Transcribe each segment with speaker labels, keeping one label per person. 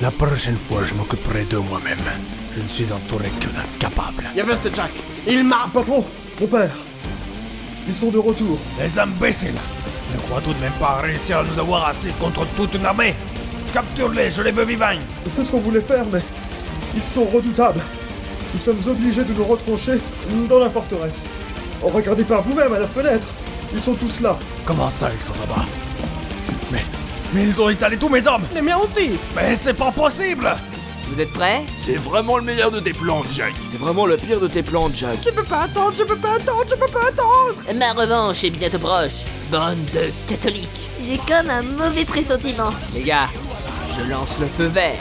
Speaker 1: La prochaine fois, je m'occuperai de moi-même. Je ne suis entouré que d'incapables.
Speaker 2: Y'avait ce Jack Il m'a.
Speaker 3: Patron, mon père. Ils sont de retour.
Speaker 1: Les imbéciles Ne croient tout de même pas réussir à nous avoir assis contre toute une armée Capture-les, je les veux vivants
Speaker 3: C'est ce qu'on voulait faire, mais ils sont redoutables. Nous sommes obligés de nous retrancher dans la forteresse. Oh, Regardez par vous-même à la fenêtre. Ils sont tous là.
Speaker 1: Comment ça, ils sont là-bas Mais... Mais ils ont étalé tous mes hommes
Speaker 2: Les miens aussi
Speaker 1: Mais c'est pas possible
Speaker 4: Vous êtes prêts
Speaker 5: C'est vraiment le meilleur de tes plans, Jack.
Speaker 4: C'est vraiment le pire de tes plans, Jack.
Speaker 2: Je peux pas attendre, je peux pas attendre, je peux pas attendre
Speaker 6: Ma revanche est bientôt proche. Bande de catholiques.
Speaker 7: J'ai comme un mauvais pressentiment.
Speaker 4: Les gars, je lance le feu vert.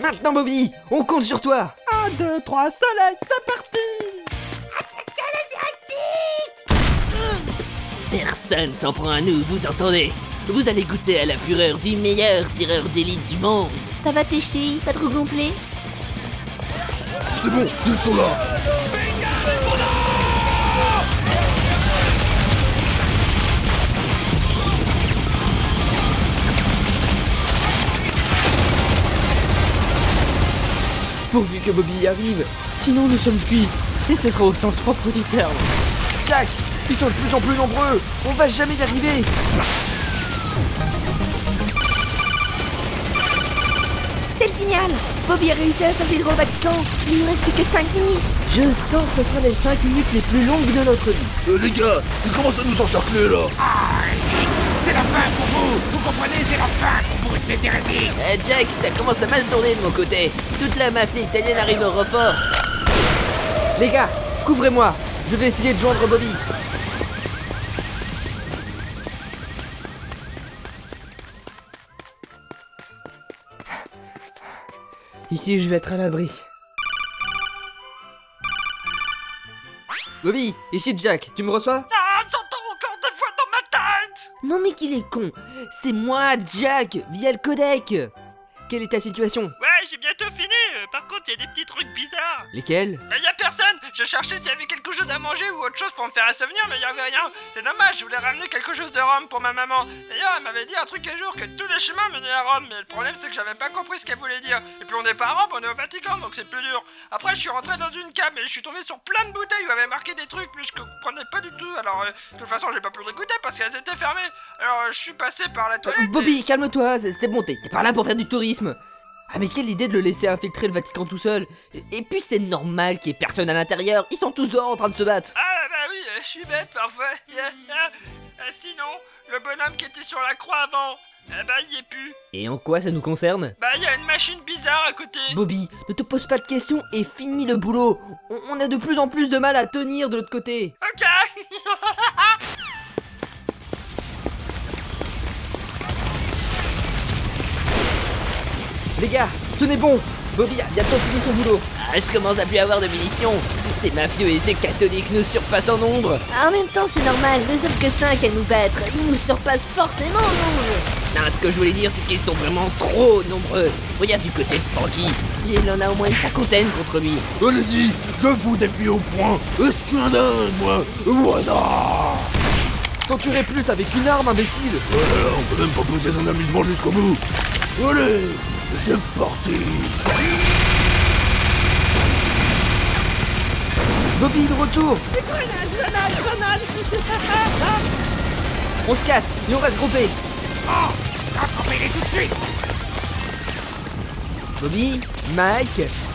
Speaker 4: Maintenant, Bobby, on compte sur toi.
Speaker 2: 1, 2, 3, soleil, c'est parti
Speaker 6: Personne s'en prend à nous, vous entendez Vous allez goûter à la fureur du meilleur tireur d'élite du monde.
Speaker 7: Ça va tes chevilles Pas trop gonflé
Speaker 5: C'est bon, ils sont là.
Speaker 4: pourvu que Bobby y arrive. Sinon, nous sommes cuits. Et ce sera au sens propre du terme. Jack, ils sont de plus en plus nombreux. On va jamais y arriver.
Speaker 7: C'est le signal Bobby a réussi à sauver le Vatican. Il ne reste plus que 5 minutes.
Speaker 4: Je sens que ce sera les 5 minutes les plus longues de notre vie.
Speaker 5: Euh, les gars, ils commencent à nous encercler là.
Speaker 6: Eh, Jack, ça commence à mal tourner de mon côté. Toute la mafia italienne arrive au report.
Speaker 4: Les gars, couvrez-moi. Je vais essayer de joindre Bobby. Ici, je vais être à l'abri. Bobby, ici Jack, tu me reçois
Speaker 2: Ah, j'entends encore des fois dans ma tête
Speaker 4: Non mais qu'il est con C'est moi, Jack, via le codec Quelle est ta situation
Speaker 2: Ouais, j'ai bientôt fini euh, Par contre, y a des petits trucs bizarres
Speaker 4: Lesquelles
Speaker 2: Bah y'a personne Je cherchais s'il y avait quelque chose à manger ou autre chose pour me faire un souvenir, mais y'avait rien C'est dommage, je voulais ramener quelque chose de Rome pour ma maman D'ailleurs, elle m'avait dit un truc un jour que tous les chemins menaient à Rome, mais le problème c'est que j'avais pas compris ce qu'elle voulait dire. Et puis on est pas à Rome, on est au Vatican, donc c'est plus dur. Après, je suis rentré dans une cave et je suis tombé sur plein de bouteilles où avait marqué des trucs, mais je comprenais pas du tout. Alors, euh, de toute façon, j'ai pas pu les goûter parce qu'elles étaient fermées. Alors, euh, je suis passé par la toilette. et-
Speaker 4: Bobby, calme-toi, c'est c'est bon, t'es t'es pas là pour faire du tourisme Ah mais quelle idée de le laisser infiltrer le Vatican tout seul Et- Et puis c'est normal qu'il y ait personne à l'intérieur, ils sont tous dehors en train de se battre
Speaker 2: Ah bah oui, euh, je suis bête parfois. Yeah, yeah. Euh, Sinon, le bonhomme qui était sur la croix avant, eh bah il y est plus.
Speaker 4: Et en quoi ça nous concerne
Speaker 2: Bah il y a une machine bizarre à côté.
Speaker 4: Bobby, ne te pose pas de questions et finis le boulot On, on a de plus en plus de mal à tenir de l'autre côté
Speaker 2: Ok.
Speaker 4: Les gars, tenez bon Bobby a bientôt fini son boulot
Speaker 6: Ah, je commence à plus avoir de munitions. Ces mafieux et ces catholiques nous surpassent en nombre.
Speaker 7: Ah, En même temps, c'est normal. Nous sommes que 5 à nous battre. Ils nous surpassent forcément, non
Speaker 6: Non, ce que je voulais dire, c'est qu'ils sont vraiment trop nombreux. Regarde du côté de Frankie. Il en a au moins une cinquantaine contre lui.
Speaker 4: Oh,
Speaker 5: Allez-y, je vous défie au point. Euh, Je suis un dingue, moi. Voilà.
Speaker 4: Torturez plus avec une arme, imbécile
Speaker 5: Oh là là, on peut même pas poser son amusement jusqu'au bout. Allez, c'est parti.
Speaker 4: Bobby, de retour On se casse et on reste groupé Bobby, Mike,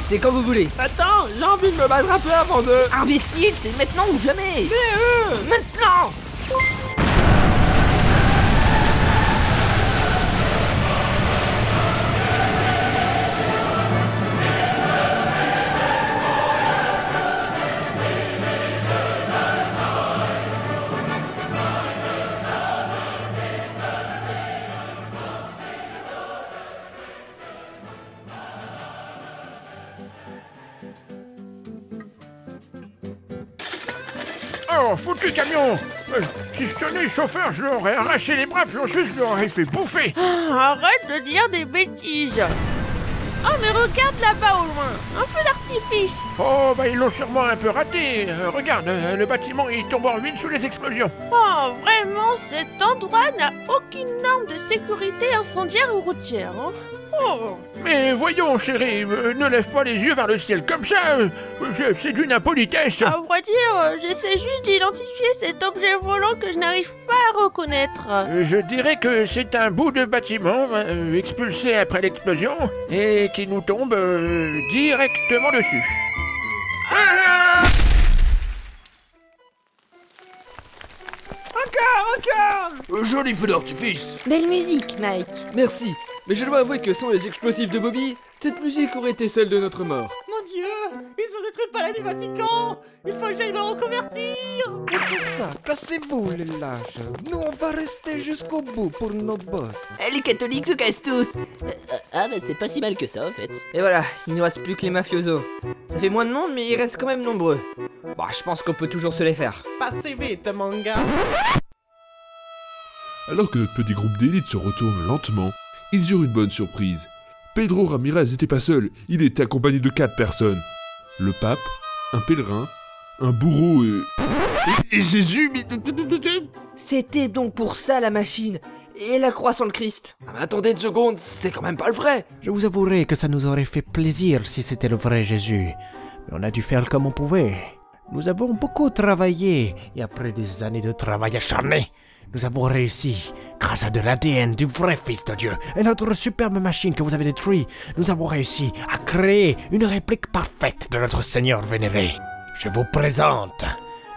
Speaker 4: c'est quand vous voulez.
Speaker 2: Attends, j'ai envie de me battre un peu avant de.
Speaker 4: Imbécile, c'est maintenant ou jamais
Speaker 8: euh,
Speaker 4: Maintenant
Speaker 9: Oh, foutu camion Euh, Si je tenais le chauffeur, je lui aurais arraché les bras, puis ensuite je lui aurais fait bouffer
Speaker 8: Ah, Arrête de dire des bêtises Oh mais regarde là-bas au loin Un feu
Speaker 7: s'y fiche
Speaker 9: Oh, bah ils l'ont sûrement un peu raté. Euh, regarde, euh, le bâtiment, il tombe en ruine sous les explosions.
Speaker 8: Oh, vraiment, cet endroit n'a aucune norme de sécurité incendiaire ou routière. hein. Oh,
Speaker 9: Mais voyons, chérie, euh, ne lève pas les yeux vers le ciel comme ça. euh, c'est- C'est d'une impolitesse.
Speaker 8: à vrai dire, euh, j'essaie juste d'identifier cet objet volant que je n'arrive pas à reconnaître.
Speaker 9: Euh, Je dirais que c'est un bout de bâtiment euh, expulsé après l'explosion et qui nous tombe euh, directement dessus.
Speaker 2: Encore, encore
Speaker 10: Euh, Joli feu d'artifice
Speaker 7: Belle musique, Mike.
Speaker 6: Merci, mais je dois avouer que sans les explosifs de Bobby, cette musique aurait été celle de notre mort.
Speaker 1: Mon dieu Ils ont détruit le palais du Vatican Il faut que j'aille me reconvertir
Speaker 6: Cassez-vous les lâches Nous on va rester jusqu'au bout pour nos boss
Speaker 4: Eh, Les catholiques se cassent tous Euh, euh, Ah bah c'est pas si mal que ça en fait. Et voilà, il ne reste plus que les mafiosos. Ça fait moins de monde mais ils restent quand même nombreux. Bah je pense qu'on peut toujours se les faire.
Speaker 1: Passez vite, mon gars
Speaker 11: Alors que notre petit groupe d'élite se retourne lentement, ils eurent une bonne surprise. Pedro Ramirez n'était pas seul, il était accompagné de quatre personnes. Le pape, un pèlerin, un bourreau et...
Speaker 10: Et Jésus, mais...
Speaker 4: C'était donc pour ça la machine et la croix sans le Christ.
Speaker 6: ah, mais Attendez une seconde, c'est quand même pas le vrai
Speaker 1: Je vous avouerai que ça nous aurait fait plaisir si c'était le vrai Jésus. Mais on a dû faire comme on pouvait. Nous avons beaucoup travaillé, et après des années de travail acharné, nous avons réussi. Grâce à de l'ADN du vrai Fils de Dieu et notre superbe machine que vous avez détruite, nous avons réussi à créer une réplique parfaite de notre Seigneur vénéré. Je vous présente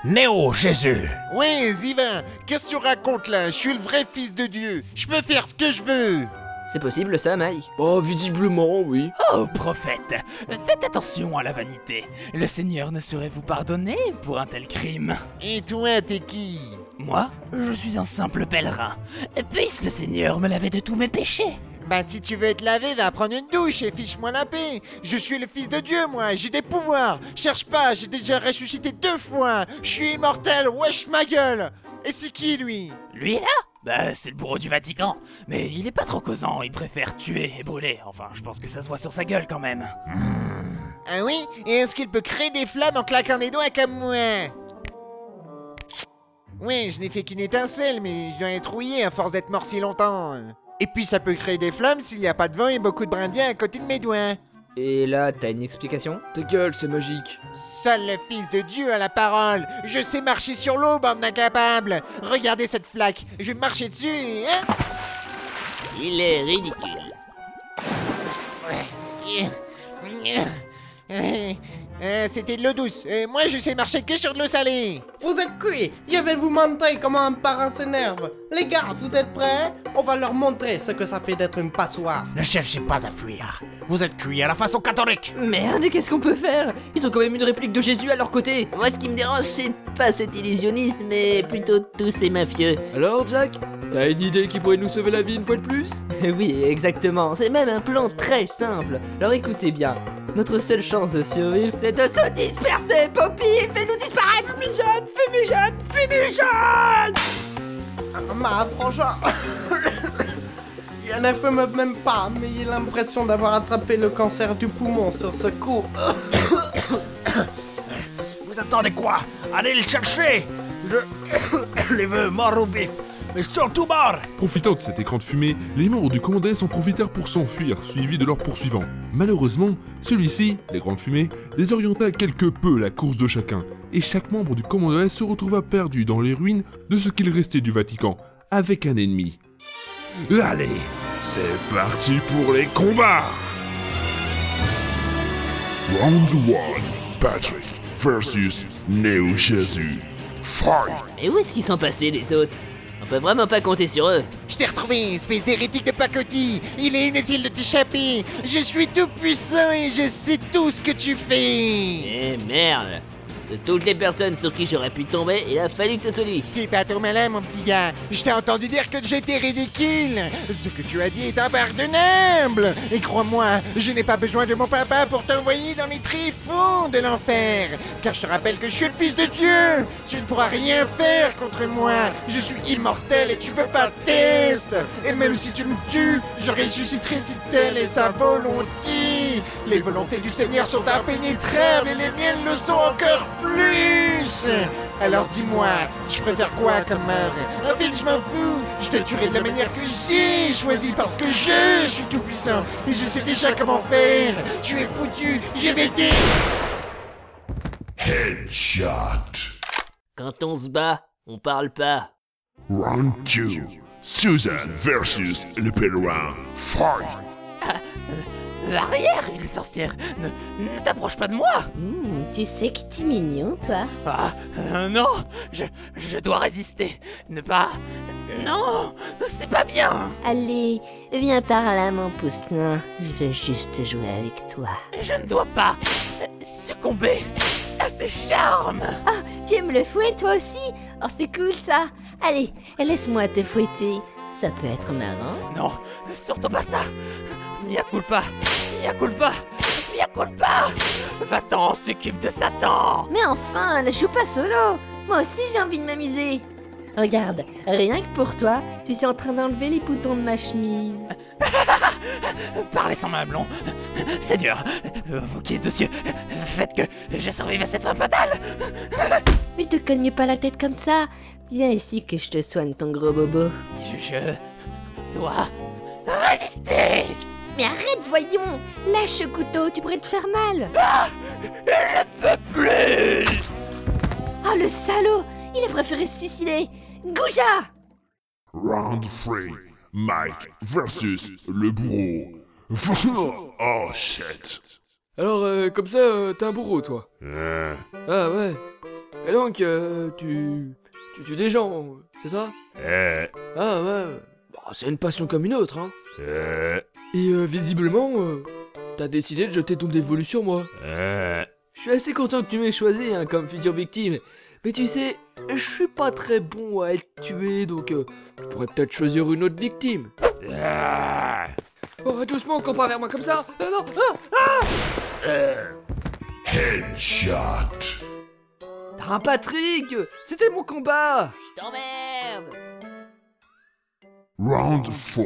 Speaker 1: Néo Jésus.
Speaker 10: Ouais, Zivin, qu'est-ce que tu racontes là Je suis le vrai fils de Dieu. Je peux faire ce que je veux.
Speaker 4: C'est possible ça Mike
Speaker 6: Oh, visiblement, oui.
Speaker 1: Oh, prophète, faites attention à la vanité. Le Seigneur ne saurait vous pardonner pour un tel crime.
Speaker 10: Et toi, t'es qui
Speaker 1: Moi, je suis un simple pèlerin. Puisse le Seigneur me laver de tous mes péchés.
Speaker 10: Bah si tu veux être lavé, va prendre une douche et fiche-moi la paix. Je suis le fils de Dieu, moi. J'ai des pouvoirs. Cherche pas, j'ai déjà ressuscité deux fois. Je suis immortel. Wesh ma gueule. Et c'est qui lui
Speaker 1: Lui là Bah, c'est le bourreau du Vatican. Mais il est pas trop causant, il préfère tuer et brûler. Enfin, je pense que ça se voit sur sa gueule quand même.
Speaker 10: Ah oui Et est-ce qu'il peut créer des flammes en claquant des doigts comme moi Ouais, je n'ai fait qu'une étincelle, mais je dois être rouillé à force d'être mort si longtemps. Et puis ça peut créer des flammes s'il n'y a pas de vent et beaucoup de brindilles à côté de mes doigts.
Speaker 4: Et là t'as une explication
Speaker 6: Ta gueule, c'est magique.
Speaker 10: Seul le fils de Dieu a la parole. Je sais marcher sur l'eau, bande d'incapables. Regardez cette flaque. Je vais marcher dessus et... hein
Speaker 4: Il est ridicule.
Speaker 10: Euh, C'était de l'eau douce. Euh, moi, je sais marcher que sur de l'eau salée.
Speaker 1: Vous êtes cuits Je vais vous montrer comment un parrain s'énerve. Les gars, vous êtes prêts On va leur montrer ce que ça fait d'être une passoire. Ne cherchez pas à fuir. Vous êtes cuits à la façon catholique.
Speaker 4: Merde, et Eh, qu'est-ce qu'on peut faire Ils ont quand même une réplique de Jésus à leur côté.
Speaker 6: Moi, ce qui me dérange, c'est pas cet illusionniste, mais plutôt tous ces mafieux. Alors, Jack T'as une idée qui pourrait nous sauver la vie une fois de plus
Speaker 4: oui, exactement. C'est même un plan très simple. Alors écoutez bien. Notre seule chance de survivre, c'est de se disperser. Poppy, fais-nous disparaître. Fumigène, fumigène, fumigène. Ah,
Speaker 1: Ma, franchement. Il ne fume même pas, mais j'ai l'impression d'avoir attrapé le cancer du poumon sur ce coup.
Speaker 2: Vous attendez quoi Allez le chercher Je les veux morts ou vifs, mais surtout morts
Speaker 11: Profitant de cet écran de fumée, les membres du commandant s'en profitèrent pour s'enfuir, suivis de leurs poursuivants. Malheureusement, celui-ci, l'écran de fumée, désorienta quelque peu la course de chacun, et chaque membre du commandant se retrouva perdu dans les ruines de ce qu'il restait du Vatican, avec un ennemi.
Speaker 10: Allez,
Speaker 11: C'est parti pour les combats Round 1, Patrick versus Neo Jésus. Fight
Speaker 4: Mais où est-ce qu'ils sont passés les autres On peut vraiment pas compter sur eux.
Speaker 10: Je t'ai retrouvé, espèce d'hérétique de pacotille Il est inutile de t'échapper Je suis tout puissant et je sais tout ce que tu fais
Speaker 4: Eh merde. De toutes les personnes sur qui j'aurais pu tomber, il a fallu que ce soit lui.
Speaker 10: T'es pas trop malin, mon petit gars Je t'ai entendu dire que j'étais ridicule Ce que tu as dit est impardonnable Et crois-moi, je n'ai pas besoin de mon papa pour t'envoyer dans les tréfonds de l'enfer Car je te rappelle que je suis le fils de Dieu Tu ne pourras rien faire contre moi Je suis immortel et tu peux pas test Et même si tu me tues, je ressusciterai si telle est sa volonté vie. Les volontés du Seigneur sont impénétrables et les miennes le sont encore plus. Alors dis-moi, je préfère quoi comme mort En fait, je m'en fous. Je te tuerai de la manière que j'ai choisie parce que je suis tout puissant et je sais déjà comment faire. Tu es foutu, j'ai bêté.
Speaker 12: Headshot.
Speaker 13: Quand on se bat, on parle pas.
Speaker 12: Round 2. Susan versus le pèlerin. Fight.
Speaker 14: Arrière, ville sorcière Ne, ne t'approche pas de moi
Speaker 7: Hmm, tu sais que t'es mignon, toi.
Speaker 14: Ah, euh, non je, je dois résister. Ne pas... Non C'est pas bien
Speaker 7: Allez, viens par là, mon poussin. Je vais juste jouer avec toi.
Speaker 14: Je ne dois pas euh, succomber à ses charmes
Speaker 7: Ah, tu aimes le fouet, toi aussi Oh, c'est cool, ça. Allez, laisse-moi te fouetter. Ça peut être marrant.
Speaker 14: Non, surtout pas ça Mia culpa Mia culpa Mia culpa Va-t'en, succube de Satan
Speaker 7: Mais enfin, ne joue pas solo Moi aussi j'ai envie de m'amuser Regarde, rien que pour toi, je suis en train d'enlever les boutons de ma chemise.
Speaker 14: Parlez sans mamelon Seigneur, vous qui êtes aux cieux, faites que je survive à cette femme fatale
Speaker 7: Mais te cogne pas la tête comme ça Viens ici que je te soigne ton gros bobo.
Speaker 14: Je, je dois résister
Speaker 7: Mais arrête, voyons Lâche ce couteau, tu pourrais te faire mal
Speaker 14: Plus
Speaker 7: Oh le salaud Il a préféré se suicider Gouja
Speaker 12: Round 3. Mike versus le bourreau. oh shit.
Speaker 15: Alors, euh, comme ça, euh, t'es un bourreau, toi.
Speaker 12: Euh,
Speaker 15: Ah ouais. Et donc, euh, tu... tu tues des gens, c'est ça
Speaker 12: euh,
Speaker 15: Ah ouais. Bah, c'est une passion comme une autre, hein.
Speaker 12: euh,
Speaker 15: Et euh, visiblement, euh, t'as décidé de jeter ton dévolu sur moi.
Speaker 12: euh.
Speaker 15: Je suis assez content que tu m'aies choisi hein, comme future victime. Mais tu sais, je suis pas très bon à être tué, donc euh, tu pourrais peut-être choisir une autre victime. Oh, doucement, on pas vers moi comme ça Ah, non ah, ah
Speaker 12: euh. Headshot.
Speaker 15: Putain, Ah, Patrick C'était mon combat
Speaker 13: T'emmerdes
Speaker 12: Round 4.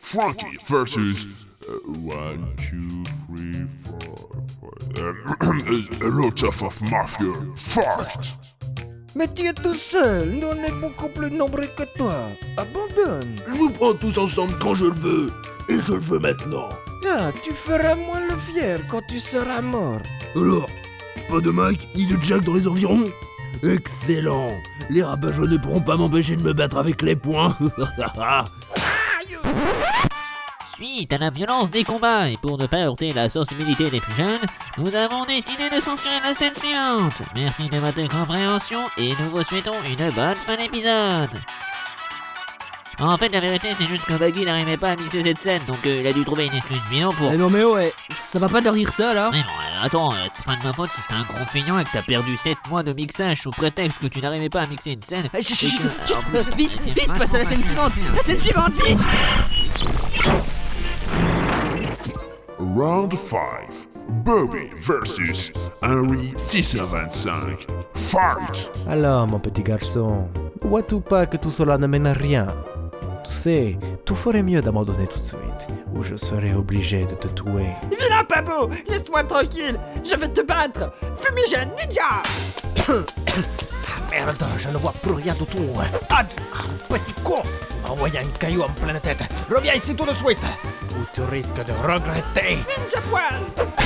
Speaker 12: Frankie versus. uh, 1, 2, 3, 4. Rotov of Mafia. Fight.
Speaker 16: Mais tu es tout seul, nous on est beaucoup plus nombreux que toi. Abandonne.
Speaker 5: Je vous prends tous ensemble quand je le veux. Et je le veux maintenant.
Speaker 16: Ah, tu feras moins le fier quand tu seras mort.
Speaker 5: Alors, pas de Mike ni de Jack dans les environs Excellent Les rabats jaunes ne pourront pas m'empêcher de me battre avec les poings
Speaker 4: Suite à la violence des combats et pour ne pas heurter la sensibilité des plus jeunes, nous avons décidé de censurer la scène suivante. Merci de votre compréhension et nous vous souhaitons une bonne fin d'épisode. En fait, la vérité, c'est juste que Baggy n'arrivait pas à mixer cette scène, donc euh, il a dû trouver une excuse bien pour.
Speaker 2: Eh non mais ouais, ça va pas de rire hein. ça là
Speaker 4: Mais bon, euh, attends, euh, c'est pas de ma faute si t'es un gros feignant et que t'as perdu 7 mois de mixage sous prétexte que tu n'arrivais pas à mixer une scène.
Speaker 2: Eh, chut,
Speaker 4: et
Speaker 2: chut,
Speaker 4: que,
Speaker 2: chut,
Speaker 4: euh,
Speaker 2: chut,
Speaker 4: en plus,
Speaker 2: euh, Vite,
Speaker 4: t'étais
Speaker 2: vite, passe à la scène
Speaker 4: vachement
Speaker 2: suivante Ah, La scène suivante, vite
Speaker 12: Round 5. Bobby versus Henry 625. Fight.
Speaker 17: Alors, mon petit garçon, ne vois-tu pas que tout cela ne mène à rien Tu sais, tu ferais mieux d'abandonner tout de suite, ou je serais obligé de te tuer.
Speaker 3: Vilain pabot, laisse-moi tranquille, je vais te battre. Fumigène ninja
Speaker 1: Merde, je ne vois plus rien du tout. Ad, un petit con m'a envoyé un caillou en pleine tête. Reviens ici tout de suite, ou tu risques de regretter.
Speaker 3: Ninja poil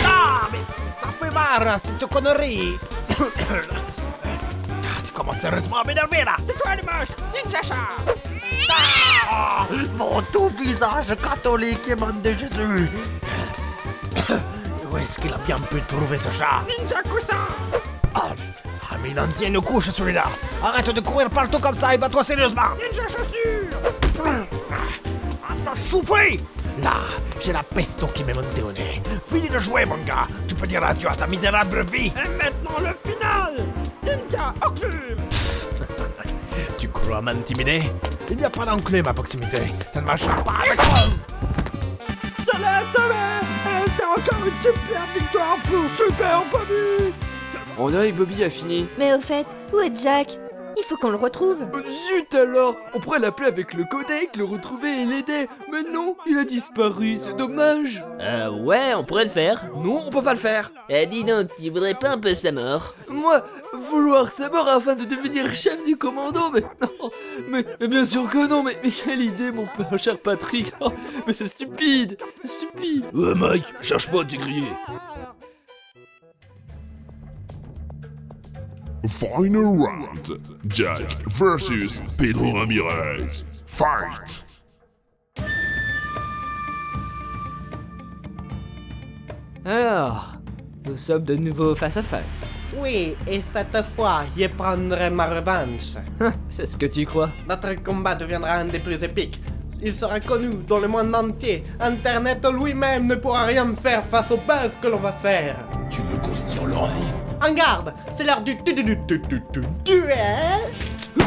Speaker 1: Ah, mais ça fait marre, cette connerie. ah, tu commences sérieusement à m'énerver là.
Speaker 3: Tais-toi le moche Ninja chat
Speaker 1: Ah, mon tout visage catholique émane de Jésus. Où est-ce qu'il a bien pu trouver ce chat
Speaker 3: Ninja coussin
Speaker 1: Ah, mais il en tient une couche celui-là. Arrête de courir partout comme ça et bats-toi sérieusement.
Speaker 3: Ninja chaussure
Speaker 1: Ah, ça souffle Là, j'ai la peste qui m'est montée au nez. Fini de jouer, mon gars. Tu peux dire adieu à ta misérable vie.
Speaker 3: Et maintenant le final Ninja enclume
Speaker 1: Tu crois m'intimider Il n'y a pas d'enclume à proximité. Ça ne marchera pas avec
Speaker 3: Je l'ai sauvé E. Et c'est encore une super victoire pour Super Bobby
Speaker 15: On dirait que Bobby a fini. Euh,
Speaker 7: Mais au fait, où est Jack Il faut qu'on le retrouve.
Speaker 15: Zut alors On pourrait l'appeler avec le codec, le retrouver et l'aider. Mais non, il a disparu, c'est dommage.
Speaker 6: Euh, ouais, on pourrait le faire.
Speaker 15: Non, on peut pas le faire.
Speaker 6: Eh, dis donc, tu voudrais pas un peu sa mort
Speaker 15: Moi, vouloir sa mort afin de devenir chef du commando, mais non, mais, mais bien sûr que non, mais, mais quelle idée, mon p- cher Patrick. Oh, mais c'est stupide, stupide.
Speaker 5: Ouais, Mike, cherche pas à t'écrier.
Speaker 12: Final round. Jack versus Pedro Ramirez. Fight.
Speaker 4: Alors, nous sommes de nouveau face à face.
Speaker 18: Oui, et cette fois, je prendrai ma revanche.
Speaker 2: Hein?
Speaker 4: C'est ce que tu crois
Speaker 18: Notre combat deviendra un des plus épiques. Il sera connu dans le monde entier. Internet lui-même ne pourra rien faire face au buzz que l'on va faire.
Speaker 5: Tu veux qu'on se tire l'oreille
Speaker 18: En garde, c'est l'heure du tu-tu-tu-tu-tu-tu duel. hein?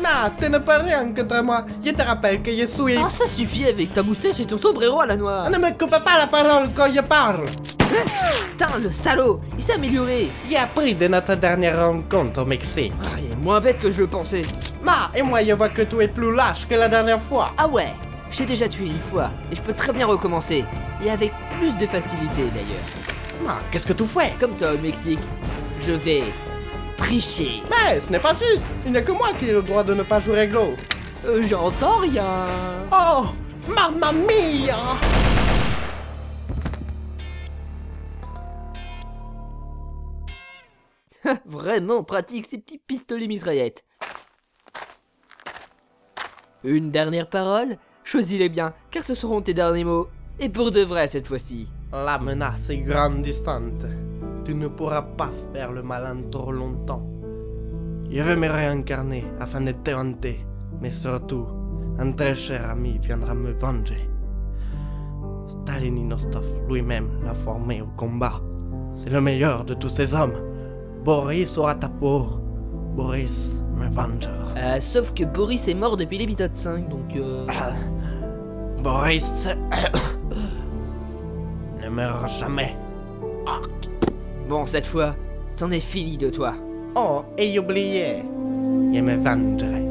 Speaker 18: Non, tu ne peux rien contre moi. Je te rappelle que je suis.
Speaker 4: Ah, ça suffit avec ta moustache et ton sombrero à la noire.
Speaker 18: Ne me coupe pas la parole quand je parle.
Speaker 4: Putain, le salaud Il s'est amélioré Ah,
Speaker 18: J'ai appris de notre dernière rencontre au Mexique.
Speaker 4: Il est moins bête que je le pensais.
Speaker 18: Ma, et moi, je vois que tu es plus lâche que la dernière fois.
Speaker 4: Ah ouais J'ai déjà tué une fois, et je peux très bien recommencer. Et avec plus de facilité d'ailleurs.
Speaker 15: Ah,
Speaker 18: Ma, qu'est-ce que tu fais
Speaker 4: Comme toi au Mexique, je vais tricher.
Speaker 18: Mais ce n'est pas juste. Il n'y a que moi qui ai le droit de ne pas jouer réglo.
Speaker 4: Euh, J'entends rien.
Speaker 18: Oh, mamma mia
Speaker 4: Vraiment pratique ces petits pistolets mitraillettes. Une dernière parole Choisis-les bien, car ce seront tes derniers mots. Et pour de vrai cette fois-ci.
Speaker 18: La menace est grandissante. Tu ne pourras pas faire le malin trop longtemps. Je vais me réincarner afin de te hanter, mais surtout, un très cher ami viendra me venger. Stalininostov lui-même l'a formé au combat. C'est le meilleur de tous ces hommes. Boris aura ta peau. Boris me vengera.
Speaker 4: Euh, sauf que Boris est mort depuis l'épisode 5, donc euh...
Speaker 18: Boris ne meurt jamais.
Speaker 4: Bon, cette fois, c'en est fini de toi.
Speaker 18: Oh, et oublié. Je me vengerai.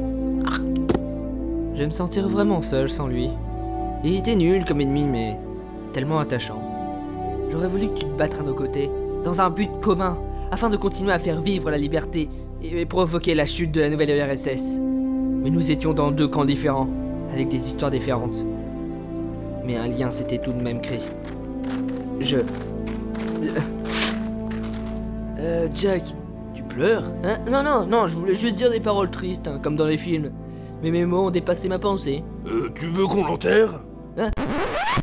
Speaker 4: Je vais me sentir vraiment seul sans lui. Il était nul comme ennemi, mais tellement attachant. J'aurais voulu que tu te battes à nos côtés, dans un but commun, afin de continuer à faire vivre la liberté et provoquer la chute de la nouvelle URSS. Mais nous étions dans deux camps différents, avec des histoires différentes. Mais un lien s'était tout de même créé. Je.
Speaker 15: Euh, Jack, tu pleures
Speaker 4: Hein Non, non, non, je voulais juste dire des paroles tristes, hein, comme dans les films. Mais mes mots ont dépassé ma pensée.
Speaker 5: Euh, tu veux qu'on l'enterre
Speaker 4: Hein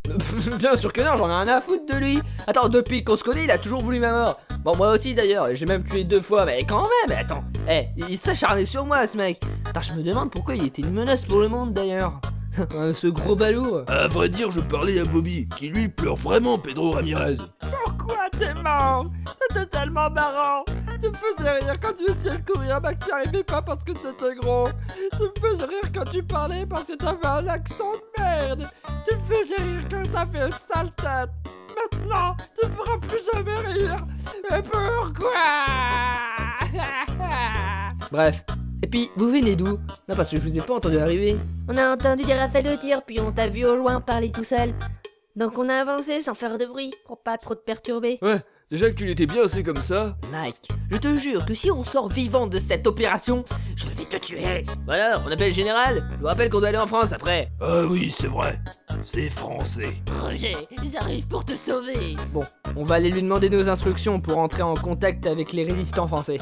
Speaker 4: Bien sûr que non, j'en ai rien à foutre de lui. Attends, depuis qu'on se connaît, il a toujours voulu ma mort. Bon, moi aussi d'ailleurs, et j'ai même tué deux fois, mais quand même, attends. Eh, il s'acharnait sur moi, ce mec. Putain, je me demande pourquoi il était une menace pour le monde d'ailleurs. Hein, ce gros balourd.
Speaker 5: À vrai dire, je parlais à Bobby, qui lui pleure vraiment Pedro Ramirez.
Speaker 2: Pourquoi t'es mort C'était tellement marrant Tu me faisais rire quand tu essayais de courir mais que tu arrivais pas parce que t'étais gros Tu me faisais rire quand tu parlais parce que t'avais un accent de merde Tu me faisais rire quand t'avais une sale tête Maintenant, tu ne feras plus jamais rire Mais pourquoi
Speaker 4: Bref. Et puis, vous venez d'où Non, parce que je vous ai pas entendu arriver.
Speaker 7: On a entendu des rafales de tir, puis on t'a vu au loin parler tout seul. Donc on a avancé sans faire de bruit, pour pas trop te perturber.
Speaker 15: Ouais, déjà que tu l'étais bien, c'est comme ça.
Speaker 4: Mike, je te jure que si on sort vivant de cette opération, je vais te tuer. Voilà, on appelle le général. Je vous rappelle qu'on doit aller en France après.
Speaker 5: Ah oui, c'est vrai. C'est français.
Speaker 14: Roger, j'arrive pour te sauver.
Speaker 4: Bon, on va aller lui demander nos instructions pour entrer en contact avec les résistants français.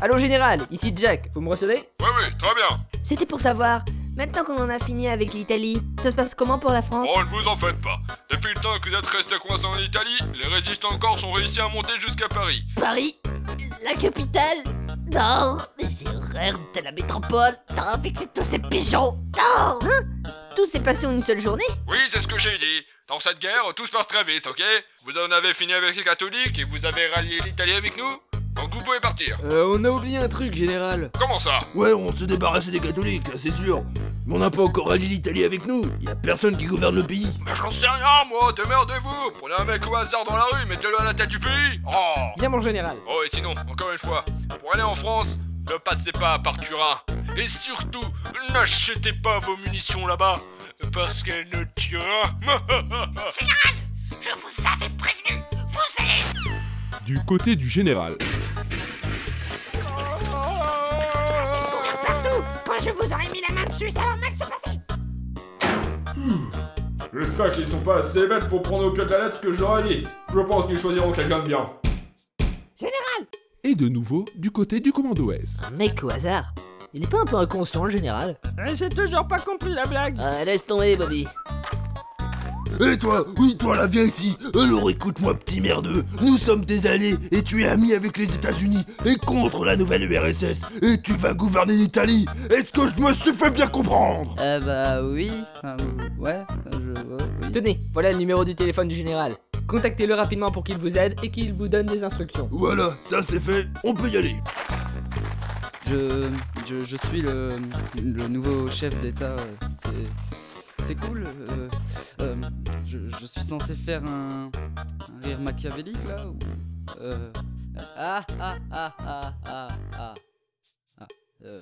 Speaker 4: Allô général, ici Jack, vous me recevez
Speaker 11: Ouais, ouais, très bien.
Speaker 7: C'était pour savoir, maintenant qu'on en a fini avec l'Italie, ça se passe comment pour la France
Speaker 11: Oh, ne vous en faites pas. Depuis le temps que vous êtes restés coincés en Italie, les résistants corses ont réussi à monter jusqu'à Paris.
Speaker 14: Paris La capitale Non J'ai horreur de la métropole Non, avec ces- tous ces pigeons Non
Speaker 7: Hein Tout s'est passé en une seule journée
Speaker 11: Oui, c'est ce que j'ai dit. Dans cette guerre, tout se passe très vite, ok Vous en avez fini avec les catholiques et vous avez rallié l'Italie avec nous
Speaker 19: Donc vous pouvez partir.
Speaker 6: Euh, on a oublié un truc, général.
Speaker 19: Comment ça
Speaker 5: Ouais, on s'est débarrassé des catholiques, c'est sûr. Mais on n'a pas encore rallié l'Italie avec nous. Y a personne qui gouverne le pays.
Speaker 11: Ah,
Speaker 19: Mais j'en sais rien, moi, démerdez-vous Prenez un mec au hasard dans la rue, mettez-le à la tête du pays Oh
Speaker 6: Bien, mon général.
Speaker 19: Oh, et sinon, encore une fois, pour aller en France, ne passez pas par Turin. Et surtout, n'achetez pas vos munitions là-bas, parce qu'elles ne Turin.
Speaker 20: Général, je vous avais prévenu. Vous allez.
Speaker 11: Du côté du général.
Speaker 20: courir partout quand je vous aurais mis la main dessus, ça va mal se passer.
Speaker 21: J'espère qu'ils sont pas assez bêtes pour prendre au pied de la lettre ce que je leur ai dit. Je pense qu'ils choisiront quelqu'un de bien.
Speaker 7: Général
Speaker 11: Et de nouveau, du côté du commando S.
Speaker 4: Un mec au hasard Il est pas un peu inconscient, le général
Speaker 2: J'ai toujours pas compris la blague.
Speaker 4: Ah, laisse tomber, Bobby.
Speaker 5: Hé Eh, toi, oui toi là, viens ici. Alors écoute-moi petit merdeux, nous sommes tes alliés et tu es ami avec les États-Unis et contre la nouvelle URSS et tu vas gouverner l'Italie. Est-ce que je me suis fait bien comprendre
Speaker 4: Euh, bah oui. ouais, Tenez, voilà le numéro du téléphone du général. Contactez-le rapidement pour qu'il vous aide et qu'il vous donne des instructions.
Speaker 5: Voilà, Ah, ça c'est fait, on peut y aller.
Speaker 22: Je, je, je suis le, le nouveau chef d'État. euh, C'est, c'est cool. euh, euh, je, je suis censé faire un, un rire machiavélique là ou, euh, Ah ah ah ah ah ah. ah, euh,